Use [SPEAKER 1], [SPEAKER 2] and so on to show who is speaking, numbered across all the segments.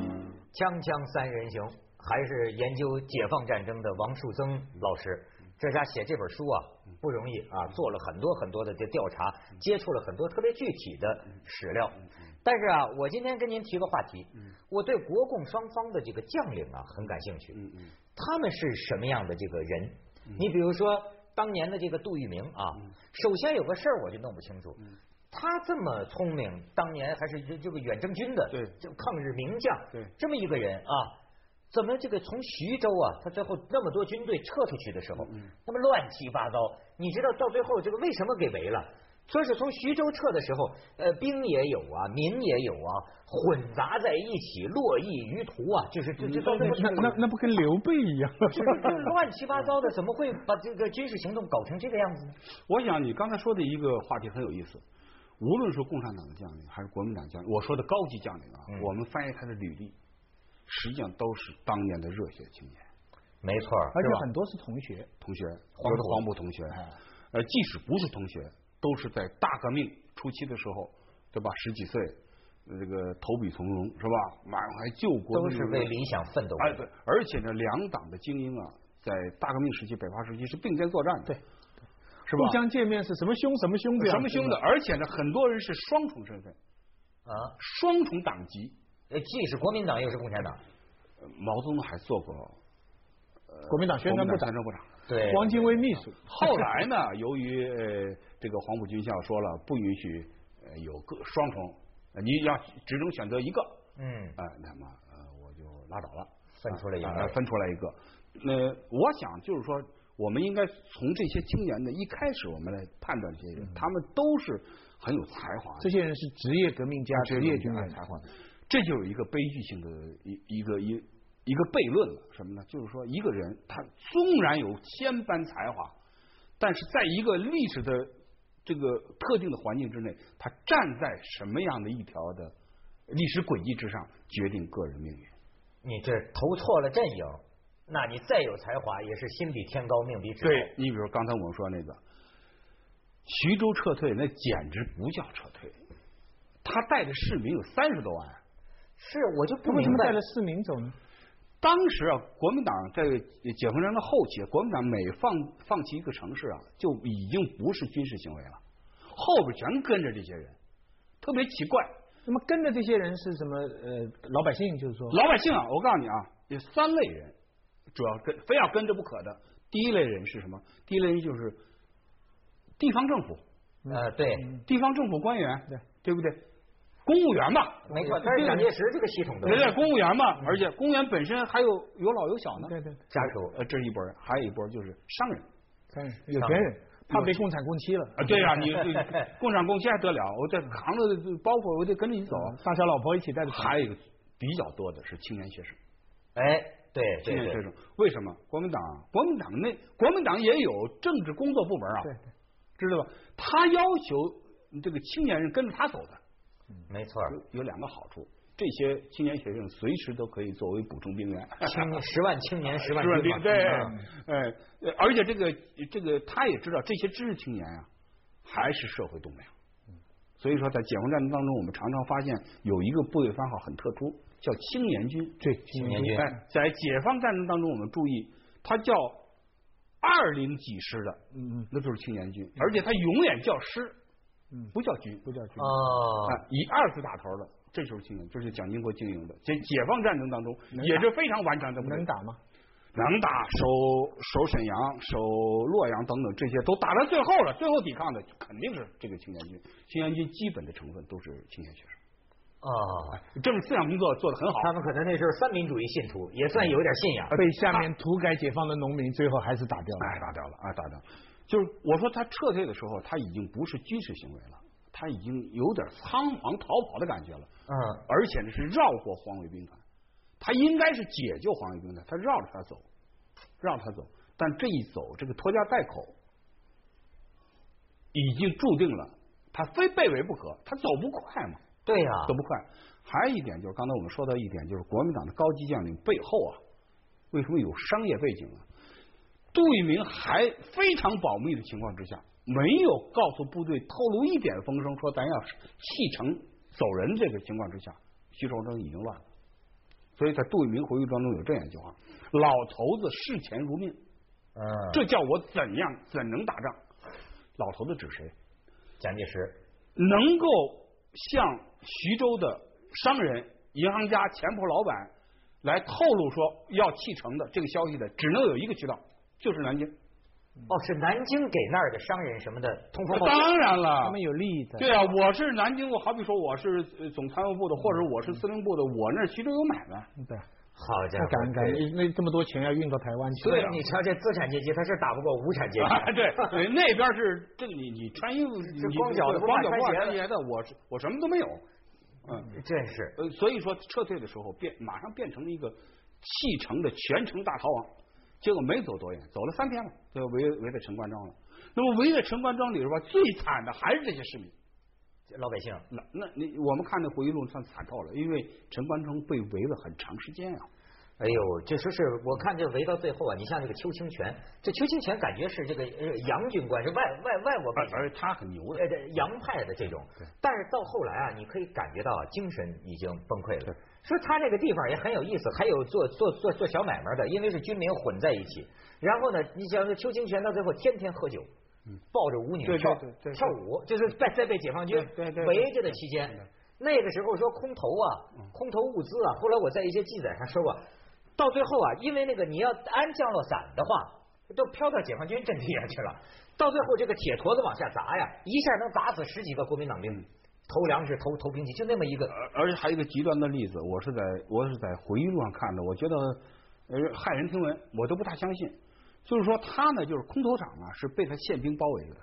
[SPEAKER 1] 锵锵三人行还是研究解放战争的王树增老师，这家写这本书啊
[SPEAKER 2] 嗯
[SPEAKER 1] 不容易啊，做了很多很多的这调查，接触了很多特别具体的史料。
[SPEAKER 2] 嗯
[SPEAKER 1] 但是啊，我今天跟您提个话题，我对国共双方的这个将领啊很感兴趣，
[SPEAKER 2] 嗯嗯
[SPEAKER 1] 他们是什么样的这个人？你比如说当年的这个杜聿明啊，
[SPEAKER 2] 嗯
[SPEAKER 1] 首先有个事儿我就弄不清楚。他这么聪明，当年还是这这个远征军的，
[SPEAKER 2] 对
[SPEAKER 1] 就抗日名将，
[SPEAKER 2] 对
[SPEAKER 1] 这么一个人啊，怎么这个从徐州啊，他最后那么多军队撤出去的时候，
[SPEAKER 2] 嗯
[SPEAKER 1] 那么乱七八糟，你知道到最后这个为什么给围了？说是从徐州撤的时候，呃，兵也有啊，民也有啊，混杂在一起，络绎于途啊，就是这这到那
[SPEAKER 2] 那那
[SPEAKER 3] 嗯
[SPEAKER 2] 那不跟刘备一 样？
[SPEAKER 1] 这乱七八糟的，怎么会把这个军事行动搞成这个样子呢？
[SPEAKER 2] 我想你刚才说的一个话题很有意思。无论说共产党的将领还是国民党将领，我说的高级将领啊，
[SPEAKER 1] 嗯
[SPEAKER 2] 我们翻译他的履历，实际上都是当年的热血青年
[SPEAKER 1] 没错儿，
[SPEAKER 3] 而且
[SPEAKER 1] 是吧
[SPEAKER 3] 很多是同学，
[SPEAKER 2] 同学，
[SPEAKER 1] 黄
[SPEAKER 2] 有的
[SPEAKER 1] 埔
[SPEAKER 2] 黄埔同学，呃，即使不是同学，都是在大革命初期的时候，对吧？十几岁，呃这个投笔从戎是吧？满怀救国
[SPEAKER 1] 都
[SPEAKER 2] 的
[SPEAKER 1] 是
[SPEAKER 2] 那种
[SPEAKER 1] 为理想奋斗的。
[SPEAKER 2] 哎，对，而且呢，两党的精英啊，在大革命时期、北伐时期是并肩作战的，
[SPEAKER 3] 对，
[SPEAKER 2] 是吧
[SPEAKER 3] 互？相见面是什么兄什么兄这样
[SPEAKER 2] 什么兄的，而且呢，很多人是双重身份，
[SPEAKER 1] 啊，
[SPEAKER 2] 双重党籍。
[SPEAKER 1] 呃既是国民党又是共产党，
[SPEAKER 2] 呃毛泽东还做过
[SPEAKER 3] 国民党宣传部长
[SPEAKER 2] 宣传 部长。
[SPEAKER 1] 对，
[SPEAKER 3] 汪精卫秘书，
[SPEAKER 2] 后来呢，由于呃这个黄埔军校说了不允许呃有个双重，呃你要只能选择一个，
[SPEAKER 1] 嗯，
[SPEAKER 2] 哎、那么呃我就拉倒了，
[SPEAKER 1] 分出来一个
[SPEAKER 2] 啊啊分出来一个。那、我想就是说，我们应该从这些青年的一开始，我们来判断这些
[SPEAKER 1] 嗯
[SPEAKER 2] 人，他们都是很有才华的，
[SPEAKER 3] 这些人是职业革命家、
[SPEAKER 2] 啊
[SPEAKER 3] 职业军人
[SPEAKER 2] 才华，这就有一个悲剧性的一一个一一个悖论了，什么呢？就是说，一个人他纵然有千般才华，但是在一个历史的这个特定的环境之内，他站在什么样的一条的历史轨迹之上，决定个人命运。
[SPEAKER 1] 你这投错了阵营，那你再有才华也是心比天高命比纸
[SPEAKER 2] 对
[SPEAKER 1] 高。
[SPEAKER 2] 你比如刚才我们说那个徐州撤退，那简直不叫撤退，他带的市民有三十多万。
[SPEAKER 1] 是，我就不
[SPEAKER 3] 他为什
[SPEAKER 1] 明
[SPEAKER 2] 嗯
[SPEAKER 3] 么
[SPEAKER 1] 白
[SPEAKER 3] 带着市民走呢？
[SPEAKER 2] 当时啊，国民党在解放战争的后期，国民党每放放弃一个城市啊，就已经不是军事行为了，后边全跟着这些人，特别奇怪。
[SPEAKER 3] 那么跟着这些人是什么？呃，老百姓就是说，
[SPEAKER 2] 老百姓啊，我告诉你啊，有三类人，主要跟非要跟着不可的。第一类人是什么？第一类人就是地方政府，
[SPEAKER 1] 呃，对，
[SPEAKER 3] 嗯
[SPEAKER 2] 地方政府官员，
[SPEAKER 3] 对
[SPEAKER 2] 对不对？公务员嘛，
[SPEAKER 1] 没错，但是蒋介石这个系统的
[SPEAKER 2] 人家公务员嘛，
[SPEAKER 3] 嗯
[SPEAKER 2] 而且公务员本身还有有老有小呢。
[SPEAKER 3] 对对对
[SPEAKER 1] 家属
[SPEAKER 2] 呃，这是一拨人，还有一拨就是商人。
[SPEAKER 3] 看有钱人怕被共产共妻了
[SPEAKER 2] 啊，对呀、你你共产共妻还得了？我得扛着包袱，我得跟着你走。
[SPEAKER 3] 嗯大小老婆一起带着走，
[SPEAKER 2] 还有一个比较多的是青年学生，
[SPEAKER 1] 哎，对
[SPEAKER 2] 青
[SPEAKER 1] 对
[SPEAKER 2] 年学
[SPEAKER 1] 对，
[SPEAKER 2] 生为什么？国民党，国民党那国民党也有政治工作部门啊，
[SPEAKER 3] 对对
[SPEAKER 2] 知道吧？他要求这个青年人跟着他走的，
[SPEAKER 1] 没错儿。
[SPEAKER 2] 有有两个好处，这些青年学生随时都可以作为补充兵员。
[SPEAKER 1] 青十万青年 十万
[SPEAKER 2] 是吧？
[SPEAKER 1] 军嘛，
[SPEAKER 2] 对，
[SPEAKER 1] 嗯
[SPEAKER 2] 哎、呃而且这个这个他也知道这些知识青年啊，还是社会栋梁。所以说，在解放战争当中，我们常常发现有一个部队番号很特殊，叫青年军。
[SPEAKER 3] 对
[SPEAKER 1] 青年军
[SPEAKER 2] 哎，在解放战争当中，我们注意，它叫二零几师的，
[SPEAKER 3] 嗯嗯
[SPEAKER 2] 那就是青年军，而且它永远叫师，
[SPEAKER 3] 嗯，
[SPEAKER 2] 不叫军，
[SPEAKER 3] 不叫军人，
[SPEAKER 1] 哦
[SPEAKER 2] 啊，，以二字打头的，这就是青年，这是蒋经国经营的。解解放战争当中也是非常顽强的部队，
[SPEAKER 3] 能打吗？
[SPEAKER 2] 能打守守沈阳、守洛阳等等，这些都打到最后了，最后抵抗的肯定是这个青年军。青年军基本的成分都是青年学生，
[SPEAKER 1] 哦，
[SPEAKER 2] 政治思想工作做得很好。
[SPEAKER 1] 他们可能那时候三民主义信徒，也算有点信仰。
[SPEAKER 3] 被下面土改解放的农民最后还是打掉了。
[SPEAKER 2] 啊哎，打掉了，哎，打掉了。就是我说他撤退的时候，他已经不是军事行为了，他已经有点仓皇逃跑的感觉了，
[SPEAKER 1] 嗯，
[SPEAKER 2] 而且呢是绕过黄卫兵团，他应该是解救黄卫兵团，他绕着他走，绕着他走，但这一走，这个拖家带口，已经注定了他非被围不可，他走不快嘛。
[SPEAKER 1] 对呀，
[SPEAKER 2] 走不快。还有一点就是刚才我们说到一点，就是国民党的高级将领背后啊，为什么有商业背景啊？杜聿明还非常保密的情况之下，没有告诉部队透露一点风声，说咱要弃城走人这个情况之下，徐州城已经乱了。所以在杜聿明回忆录当中有这样一句话：“老头子视钱如命，
[SPEAKER 1] 嗯，
[SPEAKER 2] 这叫我怎样怎能打仗？”老头子指谁？
[SPEAKER 1] 蒋介石，
[SPEAKER 2] 能够向徐州的商人、银行家、钱铺老板来透露说要弃城的这个消息的，只能有一个渠道，就是南京。
[SPEAKER 1] 哦，是南京给那儿的商人什么的通风报信。
[SPEAKER 2] 当然
[SPEAKER 3] 他
[SPEAKER 2] 了
[SPEAKER 3] 们，有利益的。
[SPEAKER 2] 对啊，我是南京，我好比说我是呃总参谋部的，或者我是司令部的，我那儿徐州有买卖。
[SPEAKER 3] 对，
[SPEAKER 1] 好家
[SPEAKER 3] 那
[SPEAKER 1] 伙，
[SPEAKER 3] 敢敢那这么多钱要运到台湾去？
[SPEAKER 1] 所以你瞧，这资产阶级他是打不过无产阶级。
[SPEAKER 2] 啊， 对对，那边是这个你你穿衣服，
[SPEAKER 1] 这
[SPEAKER 2] 你
[SPEAKER 1] 光脚的不
[SPEAKER 2] 光脚
[SPEAKER 1] 怕
[SPEAKER 2] 不
[SPEAKER 1] 穿
[SPEAKER 2] 穿
[SPEAKER 1] 鞋
[SPEAKER 2] 鞋的，我是我什么都没有。嗯，
[SPEAKER 1] 真是，
[SPEAKER 2] 呃，所以说撤退的时候变马上变成了一个弃城的全城大逃亡，结果没走多远，走了三天了，就围围在陈官庄了。那么围在陈官庄里边吧，最惨的还是这些市民。
[SPEAKER 1] 老百姓
[SPEAKER 2] 那那你我们看那回忆录算惨透了，因为陈官庄被围了很长时间啊。
[SPEAKER 1] 哎呦，这说是我看这围到最后啊，你像这个邱清泉，这邱清泉感觉是这个呃洋军官，是外外外国
[SPEAKER 2] 而
[SPEAKER 1] 派，
[SPEAKER 2] 而他很牛的，
[SPEAKER 1] 呃这洋派的这种。但是到后来啊，你可以感觉到啊，精神已经崩溃了。说他这个地方也很有意思，还有做做做做小买卖的，因为是军民混在一起。然后呢，你想说邱清泉到最后天天喝酒，抱着舞女
[SPEAKER 2] 嗯对对
[SPEAKER 1] 跳
[SPEAKER 2] 对对
[SPEAKER 1] 跳舞，就是在在被解放军
[SPEAKER 2] 对对对嗯
[SPEAKER 1] 围着的期间，那个时候说空投啊，空投物资啊，后来我在一些记载上说过，到最后啊，因为那个你要安降落伞的话，都飘到解放军阵地上去了，到最后这个铁坨子往下砸呀，一下能砸死十几个国民党
[SPEAKER 2] 嗯
[SPEAKER 1] 兵，投粮食、投投兵器，就那么一个。
[SPEAKER 2] 而而且还有一个极端的例子，我是在我是在回忆录上看的，我觉得呃骇人听闻，我都不大相信。就是说他呢，就是空投场啊，是被他宪兵包围的，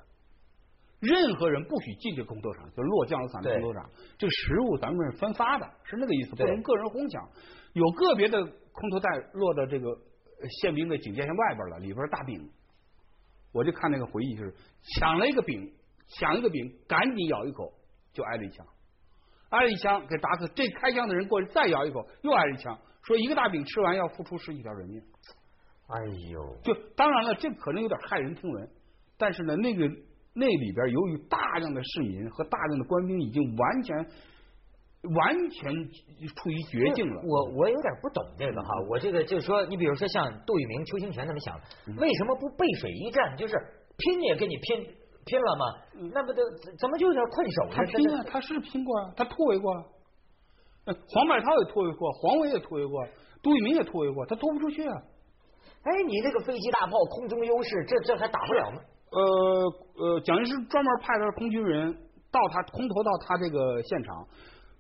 [SPEAKER 2] 任何人不许进这空投场，就落降落伞的
[SPEAKER 1] 对
[SPEAKER 2] 空投场。这食物咱们是分发的，是那个意思，不
[SPEAKER 1] 对
[SPEAKER 2] 能个人哄抢。有个别的空投弹落到这个呃宪兵的警戒线外边了，里边是大饼。我就看那个回忆，就是抢了一个饼，抢一个饼，赶紧咬一口就挨了一枪。挨了一枪给打死。这开枪的人过去再咬一口，又挨了一枪。说一个大饼吃完要付出十几条人命。
[SPEAKER 1] 哎呦，
[SPEAKER 2] 就当然了，这可能有点骇人听闻，但是呢，那个那里边由于大量的市民和大量的官兵已经完全完全处于绝境了。
[SPEAKER 1] 嗯
[SPEAKER 2] 嗯
[SPEAKER 1] 我我有点不懂这个哈，我这个就是说，你比如说像杜聿明、邱清泉他们想，
[SPEAKER 2] 嗯
[SPEAKER 1] 为什么不背水一战？就是拼也跟你拼拼了吗？那不都怎么就有点困手呢？
[SPEAKER 2] 嗯他拼啊，他是拼过啊，他突围过啊。呃黄百韬也突围过，黄维也突围过，杜聿明也突围过，他突不出去啊。
[SPEAKER 1] 哎，你这个飞机大炮空中优势，这这还打不了吗？
[SPEAKER 2] 呃呃，蒋介石专门派他的空军人到他空投到他这个现场，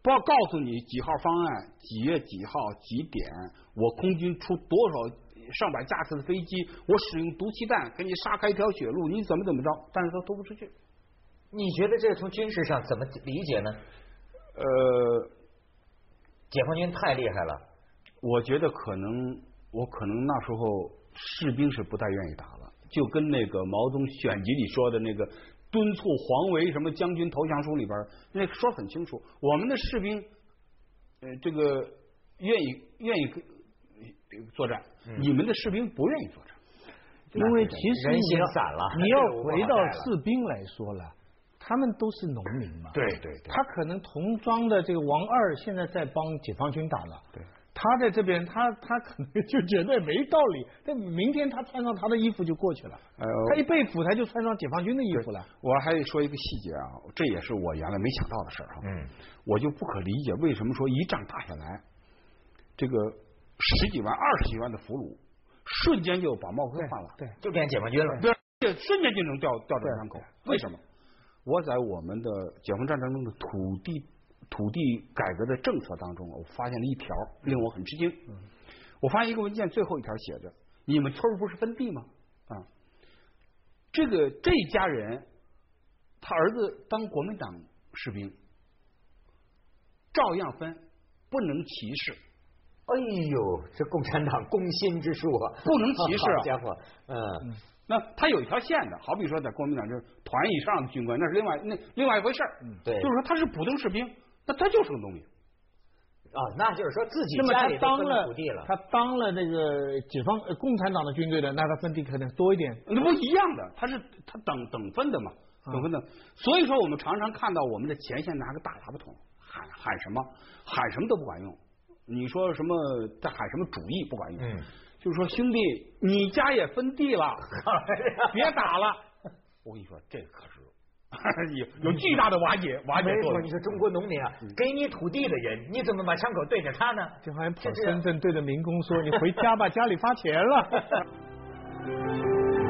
[SPEAKER 2] 不要告诉你几号方案、几月几号几点，我空军出多少上百架次的飞机，我使用毒气弹给你杀开一条血路，你怎么怎么着？但是他投不出去。
[SPEAKER 1] 你觉得这从军事上怎么理解呢？
[SPEAKER 2] 呃，
[SPEAKER 1] 解放军太厉害了，
[SPEAKER 2] 我觉得可能我可能那时候士兵是不太愿意打了，就跟那个毛泽东选集里说的那个敦促黄维什么将军投降书里边儿那个说得很清楚，我们的士兵呃这个愿意愿意跟呃作战，你们的士兵不愿意作战。
[SPEAKER 3] 因为其实
[SPEAKER 1] 人
[SPEAKER 3] 你
[SPEAKER 1] 心
[SPEAKER 3] 要
[SPEAKER 1] 散了
[SPEAKER 3] 你要
[SPEAKER 1] 这个无可
[SPEAKER 3] 回
[SPEAKER 1] 厚
[SPEAKER 3] 到
[SPEAKER 1] 非了
[SPEAKER 3] 士兵来说了，他们都是农民嘛。
[SPEAKER 2] 对对对
[SPEAKER 3] 他可能同庄的这个王二现在在帮解放军打了。
[SPEAKER 2] 对。
[SPEAKER 3] 他在这边，他他可能就觉得没道理。但明天他穿上他的衣服就过去了，
[SPEAKER 2] 呃
[SPEAKER 3] 他一被捕，他就穿上解放军的衣服了。
[SPEAKER 2] 我还得说一个细节啊，这也是我原来没想到的事儿哈、
[SPEAKER 1] 嗯，
[SPEAKER 2] 我就不可理解为什么说一仗打下来，这个十几万、二十几万的俘虏，瞬间就把帽哥换了，
[SPEAKER 3] 对，
[SPEAKER 1] 就变解放军了。
[SPEAKER 2] 对，这瞬间就能调调转枪口，为什么？我在我们的解放战争中的土地土地改革的政策当中，我发现了一条令我很吃惊。我发现一个文件最后一条写着：“你们村儿不是分地吗？”啊，这个这一家人，他儿子当国民党士兵，照样分，不能歧视，
[SPEAKER 1] 哎呦，这共产党攻心之术啊，
[SPEAKER 2] 不能歧视啊
[SPEAKER 1] 好家伙，嗯，
[SPEAKER 2] 那他有一条线的，好比说在国民党就是团以上的军官，那是另外那另外一回事儿。
[SPEAKER 1] 嗯对
[SPEAKER 2] 就是说他是普通士兵，那他就是个农民。
[SPEAKER 1] 啊，那就是说自己
[SPEAKER 3] 那么
[SPEAKER 1] 家
[SPEAKER 3] 他
[SPEAKER 1] 里都
[SPEAKER 3] 当
[SPEAKER 1] 分
[SPEAKER 3] 了
[SPEAKER 1] 土地了，
[SPEAKER 3] 他当了那个解放呃共产党的军队的，那他分地可能多一点。
[SPEAKER 2] 那不一样的，他是他等等分的嘛，等分的。
[SPEAKER 1] 嗯
[SPEAKER 2] 所以说我们常常看到我们的前线拿个大喇叭筒喊喊什么，喊什么都不管用，你说什么在喊什么主义不管用，
[SPEAKER 1] 嗯
[SPEAKER 2] 就是说兄弟，你家也分 地了，别打了。我跟你说，这可是 有有巨大的瓦解瓦解
[SPEAKER 1] 没
[SPEAKER 2] 作
[SPEAKER 1] 错，
[SPEAKER 2] 用
[SPEAKER 1] 你。说中国农民啊，给你土地的人，你怎么把枪口对着他呢？
[SPEAKER 3] 就好像跑
[SPEAKER 1] 是这样
[SPEAKER 3] 深圳对着民工说：“你回家吧，家里发钱了。”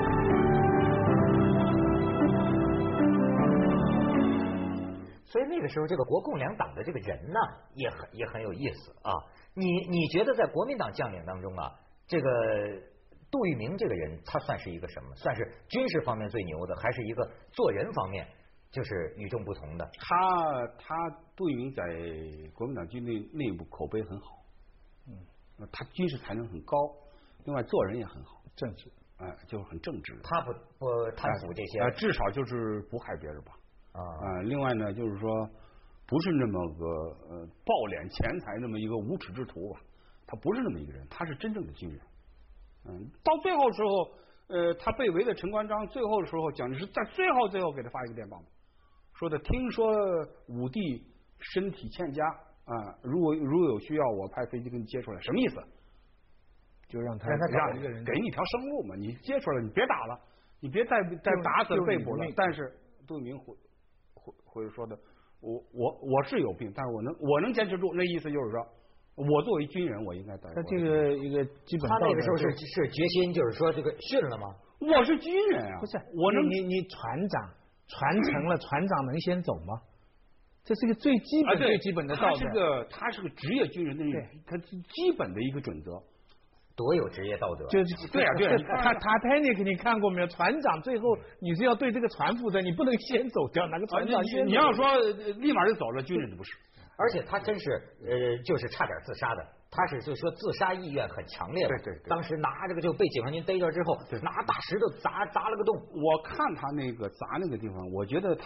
[SPEAKER 1] 所以那个时候，这个国共两党的这个人呢，也很也很有意思啊。你你觉得在国民党将领当中啊，这个杜聿明这个人，他算是一个什么？算是军事方面最牛的，还是一个做人方面就是与众不同的？
[SPEAKER 2] 他他杜聿明在国民党军队内部口碑很好，嗯，他军事才能很高，另外做人也很好，
[SPEAKER 3] 正是
[SPEAKER 2] 哎、就是很正直，
[SPEAKER 1] 他不不贪腐这些
[SPEAKER 2] 呃，至少就是不害别人吧。
[SPEAKER 1] 啊
[SPEAKER 2] 啊、另外呢，就是说不是那么个呃暴敛钱财那么一个无耻之徒吧，啊他不是那么一个人，他是真正的军人。嗯，到最后时候，呃，他被围的陈关章，最后的时候，蒋介石在最后最后给他发一个电报，说的听说武帝身体欠佳啊、如果如有需要，我派飞机给你接出来，什么意思？
[SPEAKER 3] 就让他
[SPEAKER 1] 让他
[SPEAKER 2] 哎让
[SPEAKER 1] 找
[SPEAKER 2] 你
[SPEAKER 3] 一个人
[SPEAKER 2] 给你条生路嘛，你接出来，你别打了，你别再再
[SPEAKER 3] 就是
[SPEAKER 2] 打死
[SPEAKER 3] 就是
[SPEAKER 2] 被
[SPEAKER 3] 你
[SPEAKER 2] 捕
[SPEAKER 3] 的
[SPEAKER 2] 了
[SPEAKER 3] 命。
[SPEAKER 2] 但是杜聿明回回回说的，我我我是有病，但是我能我能坚持住，那意思就是说，我作为军人，我应该带。
[SPEAKER 3] 他这个一个基本
[SPEAKER 1] 他
[SPEAKER 3] 道
[SPEAKER 1] 那
[SPEAKER 3] 德
[SPEAKER 1] 个时候是
[SPEAKER 3] 就是
[SPEAKER 1] 决心，就是说这个训了吗？
[SPEAKER 2] 我是军人啊，
[SPEAKER 3] 不是
[SPEAKER 2] 我能
[SPEAKER 3] 你你你船长传 承了，船长能先走吗？这是个最基
[SPEAKER 2] 啊
[SPEAKER 3] 本
[SPEAKER 2] 对
[SPEAKER 3] 最基本的道
[SPEAKER 2] 他
[SPEAKER 3] 德
[SPEAKER 2] 是。个他是个职业军人的一个
[SPEAKER 3] 对，
[SPEAKER 2] 他是基本的一个准则。
[SPEAKER 1] 多有职业道德！
[SPEAKER 3] 就是
[SPEAKER 2] 对啊对 啊你看
[SPEAKER 3] 他 Titanic 你看过没有？船长最后你是要对这个船负责，你不能先走掉，哪个
[SPEAKER 2] 啊，
[SPEAKER 3] 船长
[SPEAKER 2] 你
[SPEAKER 3] 先走
[SPEAKER 2] 你要说呃立马就走了，军人就不是。
[SPEAKER 1] 而且他真是呃，就是差点自杀的。他是就说自杀意愿很强烈的，
[SPEAKER 2] 对对对
[SPEAKER 1] 当时拿这个就被解放军逮着之后，
[SPEAKER 2] 对
[SPEAKER 1] 拿大石头砸砸了个洞，
[SPEAKER 2] 我看他那个砸那个地方，我觉得他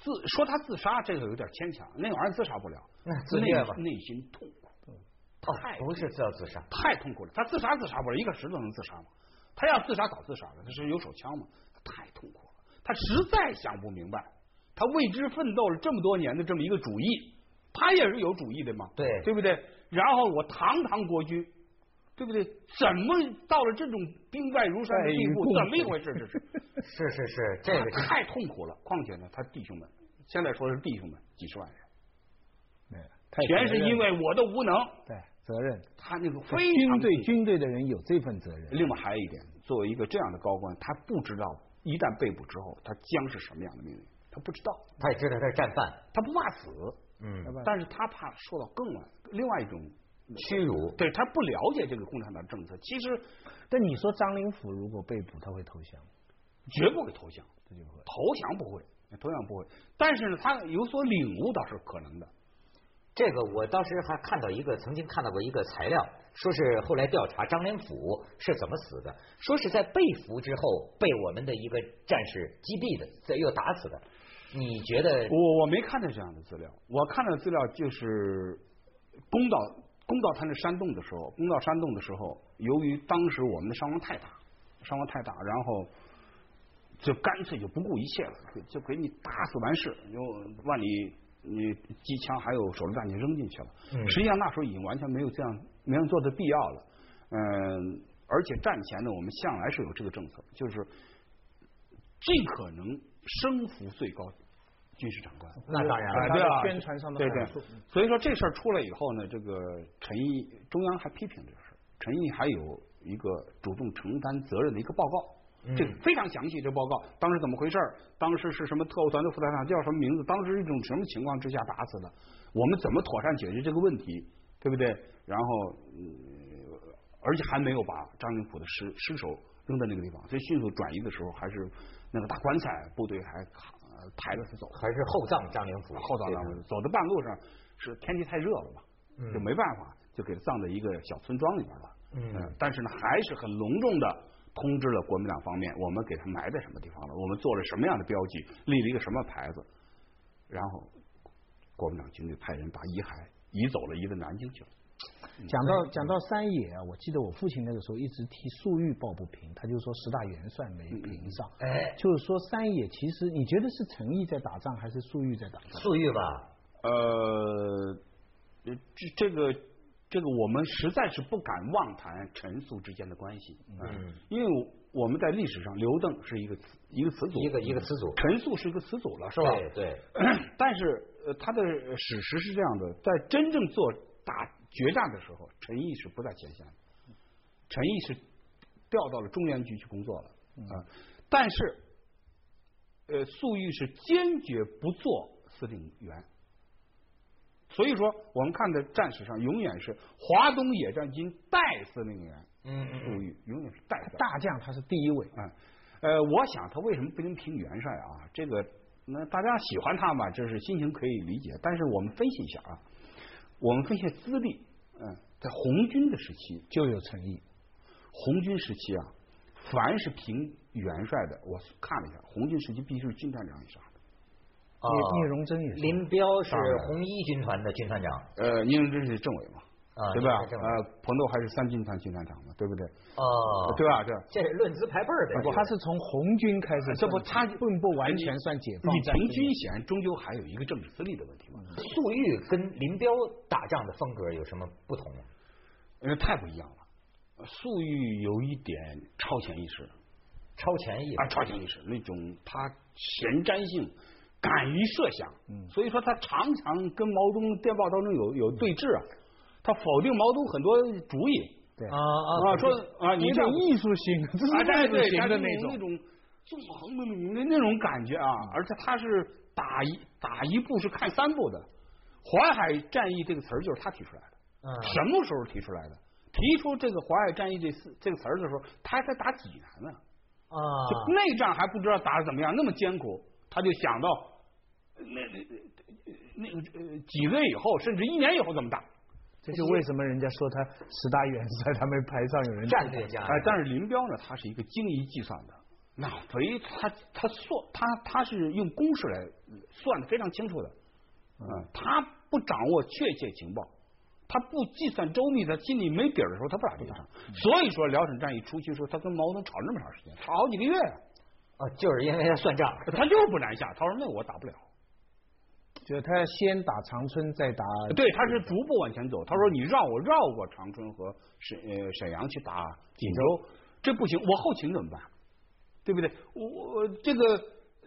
[SPEAKER 2] 自说他自杀这个有点牵强，那玩意儿自杀不了，
[SPEAKER 1] 那自
[SPEAKER 2] 内
[SPEAKER 1] 虐吧
[SPEAKER 2] 内心痛苦，
[SPEAKER 1] 哦，不是自要自杀，
[SPEAKER 2] 太痛苦了。他自杀自杀不了，一个石头能自杀吗？他要自杀早自杀了，他是有手枪嘛，太痛苦了。他实在想不明白，他为之奋斗了这么多年的这么一个主义，他也是有主义的嘛，
[SPEAKER 1] 对
[SPEAKER 2] 对不对？然后我堂堂国军。对不对？怎么到了这种兵败如山的
[SPEAKER 1] 哎
[SPEAKER 2] 地步？
[SPEAKER 3] 在于共
[SPEAKER 2] 怎么一回事？这是。
[SPEAKER 1] 是是是，这个 是
[SPEAKER 2] 太痛苦了。况且呢，他弟兄们现在说是弟兄们，几十万人，
[SPEAKER 1] 哎
[SPEAKER 3] 对太
[SPEAKER 2] 全是
[SPEAKER 3] 责任
[SPEAKER 2] 因为我的无能。
[SPEAKER 3] 对责任，
[SPEAKER 2] 他那个非常
[SPEAKER 3] 军队
[SPEAKER 2] 痛苦
[SPEAKER 3] 军队的人有这份责任。
[SPEAKER 2] 另外还有一点，作为一个这样的高官，他不知道一旦被捕之后，他将是什么样的命运，他不知道，
[SPEAKER 1] 他也知道他是战犯，
[SPEAKER 2] 他不怕死，
[SPEAKER 1] 嗯
[SPEAKER 3] 要，不然
[SPEAKER 2] 但是他怕受到更晚另外一种。
[SPEAKER 1] 屈辱，
[SPEAKER 2] 对他不了解这个共产党政策，其实
[SPEAKER 3] 但你说张灵甫如果被捕，他会投降吗？
[SPEAKER 2] 绝不会投降，
[SPEAKER 3] 这就不会。
[SPEAKER 2] 投降不会，投降不会。但是呢，他有所领悟倒是可能的。
[SPEAKER 1] 这个我当时还看到一个，曾经看到过一个材料，说是后来调查张灵甫是怎么死的，说是在被俘之后被我们的一个战士击毙的，这又打死的。你觉得
[SPEAKER 2] 我我没看到这样的资料，我看到的资料就是攻到攻到他那山洞的时候，攻到山洞的时候，由于当时我们的伤亡太大，伤亡太大，然后就干脆就不顾一切了，就就给你打死完事，用万里你机枪还有手榴弹你扔进去了。
[SPEAKER 1] 嗯
[SPEAKER 2] 实际上那时候已经完全没有这样没有做的必要了。嗯，而且战前呢，我们向来是有这个政策，就是尽可能升服最高军事长官。
[SPEAKER 1] 那当然
[SPEAKER 2] 啊，
[SPEAKER 1] 了，
[SPEAKER 2] 对啊，
[SPEAKER 3] 宣传上的
[SPEAKER 2] 对
[SPEAKER 3] 好
[SPEAKER 2] 对
[SPEAKER 3] 处，嗯
[SPEAKER 2] 所以说这事儿出来以后呢，这个陈毅中央还批评这个事儿，陈毅还有一个主动承担责任的一个报告，
[SPEAKER 3] 嗯
[SPEAKER 2] 这个非常详细，这报告当时怎么回事儿，当时是什么特务团的副团长叫什么名字，当时是一种什么情况之下打死的，我们怎么妥善解决这个问题，对不对？然后，嗯而且还没有把张灵甫的尸尸首扔到那个地方，所以迅速转移的时候，还是那个大棺材，部队还扛呃抬着他走。
[SPEAKER 1] 还是厚葬张灵甫，
[SPEAKER 2] 后葬
[SPEAKER 1] 对吧
[SPEAKER 2] 的，走到半路上是天气太热了嘛，就没办法，就给葬在一个小村庄里边了。
[SPEAKER 1] 嗯
[SPEAKER 2] 但是呢，还是很隆重的通知了国民党方面，我们给他埋在什么地方了，我们做了什么样的标记，立了一个什么牌子，然后国民党军队派人把遗骸移走了，移到南京去了。嗯
[SPEAKER 3] 讲到讲到山野啊，我记得我父亲那个时候一直替粟裕抱不平，他就说十大元帅没评上，
[SPEAKER 2] 嗯
[SPEAKER 1] 哎
[SPEAKER 3] 就是说山野其实你觉得是陈毅在打仗还是粟裕在打仗？
[SPEAKER 1] 粟裕吧，
[SPEAKER 2] 呃，这这个这个我们实在是不敢妄谈陈苏之间的关系，啊
[SPEAKER 1] 嗯，
[SPEAKER 2] 因为我们在历史上，刘邓是一个词一个词组，
[SPEAKER 1] 一个一个词组
[SPEAKER 2] 陈苏是一个词组了，是吧？
[SPEAKER 1] 对对，
[SPEAKER 2] 但是呃，他的史实是这样的，在真正做大决战的时候，陈毅是不在前线的，陈毅是调到了中原局去工作了啊、但是呃，粟裕是坚决不做司令员。所以说，我们看的战史上永远是华东野战军代司令员
[SPEAKER 1] 嗯嗯
[SPEAKER 2] 粟裕，永远是代的。
[SPEAKER 3] 大将他是第一位，
[SPEAKER 2] 嗯，呃，我想他为什么不能评元帅啊？这个，那大家喜欢他嘛，这是心情可以理解。但是我们分析一下啊，我们分析资历，嗯，在红军的时期，
[SPEAKER 3] 就有诚意。
[SPEAKER 2] 红军时期啊，凡是评元帅的，我看了一下，红军时期必须是军团长以上的。
[SPEAKER 1] 啊
[SPEAKER 2] 哦
[SPEAKER 3] 聂聂荣臻也是
[SPEAKER 1] 林彪是
[SPEAKER 2] 当然
[SPEAKER 1] 红一军团的军团长，
[SPEAKER 2] 呃，因为这是政委嘛，
[SPEAKER 1] 啊
[SPEAKER 2] 对吧？
[SPEAKER 1] 这是政委
[SPEAKER 2] 呃，彭斗还是三军团军团长嘛，对不对？
[SPEAKER 1] 哦，
[SPEAKER 2] 啊对啊吧？对吧。
[SPEAKER 1] 这是论资排辈儿的，
[SPEAKER 3] 他是从红军开始算起，
[SPEAKER 2] 这不他
[SPEAKER 3] 并不完全算解放
[SPEAKER 2] 你
[SPEAKER 3] 战
[SPEAKER 2] 评
[SPEAKER 3] 争
[SPEAKER 2] 军衔，终究还有一个政治资历的问题嘛。
[SPEAKER 1] 粟裕跟林彪打仗的风格有什么不同吗？啊
[SPEAKER 2] 那太不一样了。呃粟裕有一点超前意识
[SPEAKER 1] 超前意
[SPEAKER 2] 啊，超前意识那种他前瞻性，敢于设想，
[SPEAKER 3] 嗯
[SPEAKER 2] 所以说他常常跟毛泽东电报当中有有对峙啊，他否定毛泽东很多主意
[SPEAKER 3] 对
[SPEAKER 1] 啊啊
[SPEAKER 2] 啊，说啊你
[SPEAKER 3] 有
[SPEAKER 2] 这样
[SPEAKER 3] 点艺术型，这
[SPEAKER 2] 啊，
[SPEAKER 3] 是
[SPEAKER 2] 对
[SPEAKER 3] 艺术
[SPEAKER 2] 对，
[SPEAKER 3] 型
[SPEAKER 2] 他
[SPEAKER 3] 的
[SPEAKER 2] 是
[SPEAKER 3] 那
[SPEAKER 2] 那
[SPEAKER 3] 种。嗯
[SPEAKER 2] 种纵横的那那种感觉啊，而且他是打一打一步是看三步的，淮海战役这个词儿就是他提出来的。
[SPEAKER 1] 嗯
[SPEAKER 2] 什么时候提出来的？提出这个淮海战役这四这个词儿的时候，他还在打济南呢，
[SPEAKER 1] 啊
[SPEAKER 2] 就内战还不知道打的怎么样，那么艰苦，他就想到呃那那那个呃几个月以后，甚至一年以后怎么打。
[SPEAKER 3] 这就为什么人家说他十大元帅，他们排上有人
[SPEAKER 1] 战略家
[SPEAKER 2] 哎、 但是林彪呢，他是一个精益计算的，那非他他算他他是用公式来算的非常清楚的，嗯，他不掌握确切情报，他不计算周密，他心里没底儿的时候，他不打这个仗。所以说辽沈战役初期的时候，他跟毛泽东吵了那么长时间，吵好几个月，
[SPEAKER 1] 啊，就是因为他算账，
[SPEAKER 2] 他就是不南下，他说那我打不了。
[SPEAKER 3] 就是他先打长春，再打
[SPEAKER 2] 对，他是逐步往前走。他说：“你让我绕过长春和沈呃沈阳去打锦州，这不行，我后勤怎么办？对不对？我我这个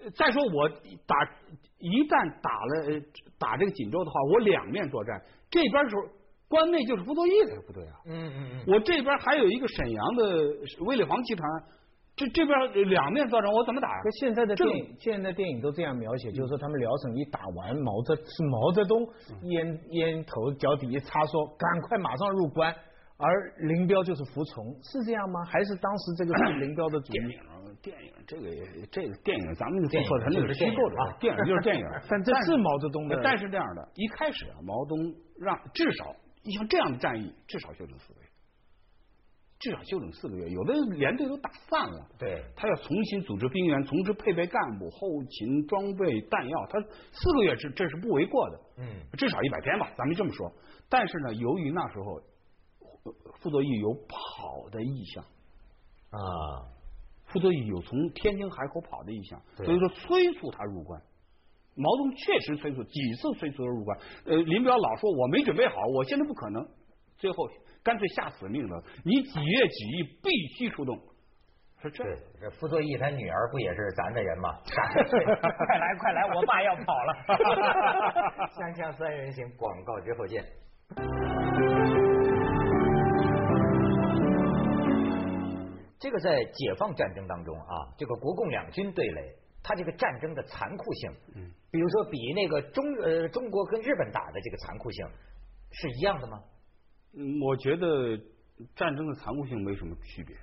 [SPEAKER 2] 呃再说我打一旦打了呃打这个锦州的话，我两面作战，这边的时候关内就是不作义的部队啊，
[SPEAKER 1] 嗯嗯嗯，
[SPEAKER 2] 我这边还有一个沈阳的卫立煌集团，这这边两面作战，我怎么打呀、
[SPEAKER 3] 可现在的
[SPEAKER 2] 这
[SPEAKER 3] 电影，现在电影都这样描写，就是说他们辽沈一打完，毛泽是毛泽东
[SPEAKER 2] 嗯
[SPEAKER 3] 烟烟头脚底一插说，赶快马上入关，而林彪就是服从，是这样吗？还是当时这个是林彪的主
[SPEAKER 2] 电
[SPEAKER 3] 意？，
[SPEAKER 2] 影，电影，这个也这个电影，咱们就
[SPEAKER 1] 电
[SPEAKER 2] 不
[SPEAKER 1] 影
[SPEAKER 2] 说它那
[SPEAKER 1] 就是
[SPEAKER 2] 个虚
[SPEAKER 1] 电影
[SPEAKER 2] 构的
[SPEAKER 1] 啊
[SPEAKER 2] 电影就是电影
[SPEAKER 3] 但这是毛泽东的，
[SPEAKER 2] 但是这样的，一开始啊，毛泽东让至少你像这样的战役，至少休整四个月，至少休整四个月，有的连队都打散了。
[SPEAKER 1] 对，
[SPEAKER 2] 他要重新组织兵员，重新配备干部、后勤、装备、弹药，他四个月这这是不为过的，
[SPEAKER 1] 嗯
[SPEAKER 2] 至少一百天吧，咱们这么说。但是呢，由于那时候呃傅作义有跑的意向，
[SPEAKER 1] 啊
[SPEAKER 2] 傅作义有从天津海口跑的意向，
[SPEAKER 1] 对
[SPEAKER 2] 所以说催促他入关。毛泽东确实催促，几次催促他入关。呃，林彪老说我没准备好，我现在不可能。最后干脆下死命了，你几月几日必须出动。说这
[SPEAKER 1] 对，这傅作义他女儿不也是咱的人吗？ 快来快来，我爸要跑了。 锵锵三人行，广告之后见。这个在解放战争当中啊，这个国共两军对垒，它这个战争的残酷性，嗯，比如说比那个中呃中国跟日本打的这个残酷性是一样的吗？
[SPEAKER 2] 嗯我觉得战争的残酷性没什么区别，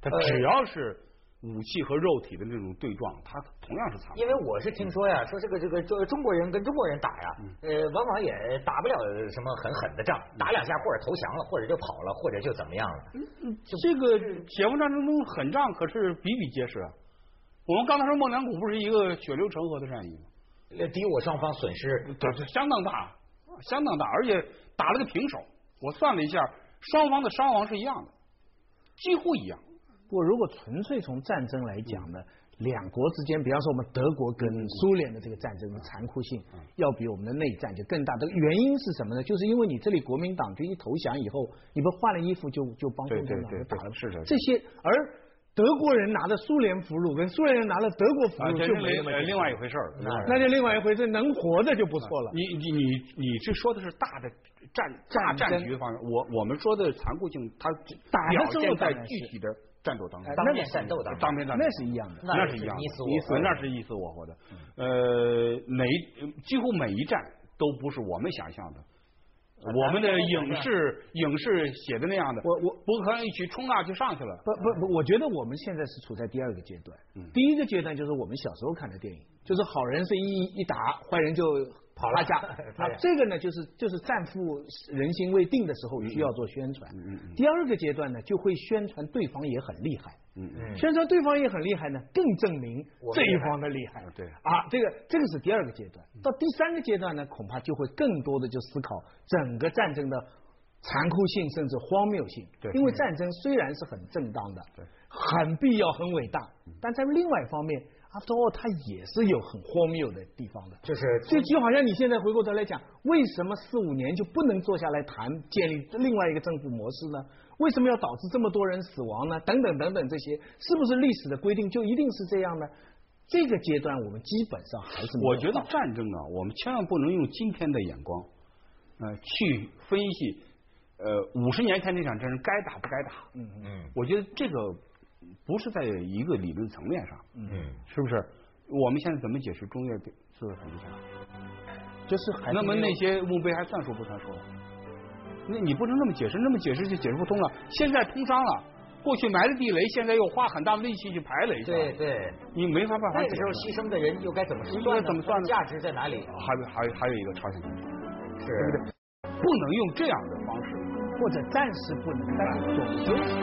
[SPEAKER 2] 它
[SPEAKER 1] 呃
[SPEAKER 2] 只要是武器和肉体的那种对撞，它同样是残酷。
[SPEAKER 1] 因为我是听说呀，说这个这个中中国人跟中国人打呀，
[SPEAKER 2] 嗯
[SPEAKER 1] 呃，往往也打不了什么很狠的仗，打两下或者投降了，或者就跑了，或者就怎么样了。
[SPEAKER 2] 嗯这个解放战争中狠仗可是比比皆是啊。我们刚才说孟良崮不是一个血流成河的战役吗？
[SPEAKER 1] 呃敌我双方损失，嗯
[SPEAKER 2] 对，这相当大，相当大，而且打了个平手。我算了一下，双方的伤亡是一样的，几乎一样。
[SPEAKER 3] 不过如果纯粹从战争来讲呢，两国之间，比方说我们德国跟苏联的这个战争的残酷性，
[SPEAKER 2] 嗯
[SPEAKER 3] 要比我们的内战就更大的原因是什么呢？就是因为你这里国民党军一投降以后，你不换了衣服就就帮共
[SPEAKER 2] 对
[SPEAKER 3] 产
[SPEAKER 2] 对
[SPEAKER 3] 党
[SPEAKER 2] 对
[SPEAKER 3] 就打
[SPEAKER 2] 对
[SPEAKER 3] 了，
[SPEAKER 2] 是的是的
[SPEAKER 3] 这些而。德国人拿着苏联俘虏，跟苏联人拿了德国俘
[SPEAKER 2] 啊，
[SPEAKER 3] 虏
[SPEAKER 2] 这
[SPEAKER 3] 就是没那么
[SPEAKER 2] 另
[SPEAKER 3] 简
[SPEAKER 2] 另
[SPEAKER 3] 单
[SPEAKER 2] 外一回事儿。嗯另外一回事
[SPEAKER 3] 那
[SPEAKER 2] 儿
[SPEAKER 3] 就另外一回事，能活着就不错了。
[SPEAKER 2] 你你你你这说的是大的战
[SPEAKER 3] 战
[SPEAKER 2] 战
[SPEAKER 3] 争
[SPEAKER 2] 局方面，我我们说的残酷性，它只
[SPEAKER 3] 打的
[SPEAKER 2] 表
[SPEAKER 3] 时候
[SPEAKER 2] 现在
[SPEAKER 3] 当然
[SPEAKER 2] 具
[SPEAKER 3] 是
[SPEAKER 2] 体的战斗当中
[SPEAKER 3] 哎，
[SPEAKER 1] 当面战斗当中
[SPEAKER 2] 当面战斗
[SPEAKER 3] 那是一样的
[SPEAKER 2] 那
[SPEAKER 1] 那
[SPEAKER 2] 是
[SPEAKER 1] 是
[SPEAKER 2] 一样的，
[SPEAKER 1] 你死我活
[SPEAKER 2] 呃那是你死我活的。呃，每几乎每一战都不是我们想象的。我们的影视影视写的那样的，
[SPEAKER 3] 我我
[SPEAKER 2] 不可能一起冲那就上去了。
[SPEAKER 3] 不不不，我觉得我们现在是处在第二个阶段。第一个阶段就是我们小时候看的电影，就是好人是一一打，坏人就
[SPEAKER 1] 跑了。
[SPEAKER 3] 趴下那这个呢，就是就是战俘人心未定的时候需要做宣传。
[SPEAKER 2] 嗯
[SPEAKER 3] 第二个阶段呢，就会宣传对方也很厉害。
[SPEAKER 1] 嗯
[SPEAKER 3] 宣传对方也很厉害呢，更证明
[SPEAKER 1] 我们
[SPEAKER 3] 这
[SPEAKER 1] 厉
[SPEAKER 3] 一
[SPEAKER 1] 害
[SPEAKER 3] 方的厉害
[SPEAKER 2] 啊。对
[SPEAKER 3] 啊，这个这个是第二个阶段。
[SPEAKER 2] 嗯
[SPEAKER 3] 到第三个阶段呢，恐怕就会更多的就思考整个战争的残酷性甚至荒谬性。
[SPEAKER 2] 对
[SPEAKER 3] 因为战争虽然是很正当的，
[SPEAKER 2] 对，嗯
[SPEAKER 3] 很必要、很伟大，但在另外一方面，after all，它也是有很荒谬的地方的。
[SPEAKER 1] 就是
[SPEAKER 3] 就就好像你现在回过头来讲，为什么四五年就不能坐下来谈建立另外一个政府模式呢？为什么要导致这么多人死亡呢？等等等等，这些是不是历史的规定就一定是这样呢？这个阶段我们基本上还是没有
[SPEAKER 2] 我觉得
[SPEAKER 3] 到
[SPEAKER 2] 战争啊，我们千万不能用今天的眼光，呃，去分析，呃，五十年前那场战争该打不该打。嗯
[SPEAKER 1] 嗯
[SPEAKER 2] 我觉得这个不是在一个理论层面上，
[SPEAKER 1] 嗯。
[SPEAKER 2] 是不是？我们现在怎么解释中越自卫反击战？
[SPEAKER 3] 就是还是
[SPEAKER 2] 那么
[SPEAKER 3] 没有
[SPEAKER 2] 那些墓碑还算数不算数？那你不能那么解释，那么解释就解释不通了。现在通商了，过去埋了地雷，现在又花很大的力气去排雷去了，
[SPEAKER 1] 对对，
[SPEAKER 2] 你没法办法
[SPEAKER 1] 那
[SPEAKER 2] 解
[SPEAKER 1] 个
[SPEAKER 2] 释。
[SPEAKER 1] 时候牺牲的人又该怎么
[SPEAKER 2] 应
[SPEAKER 1] 算
[SPEAKER 2] 该
[SPEAKER 1] 呢？
[SPEAKER 2] 怎么算呢嗯
[SPEAKER 1] 价值在哪里？
[SPEAKER 2] 还有还有还有一个朝鲜战争，
[SPEAKER 1] 是。
[SPEAKER 2] 不能用这样的方式。
[SPEAKER 3] 或者暂时不能，但是总之。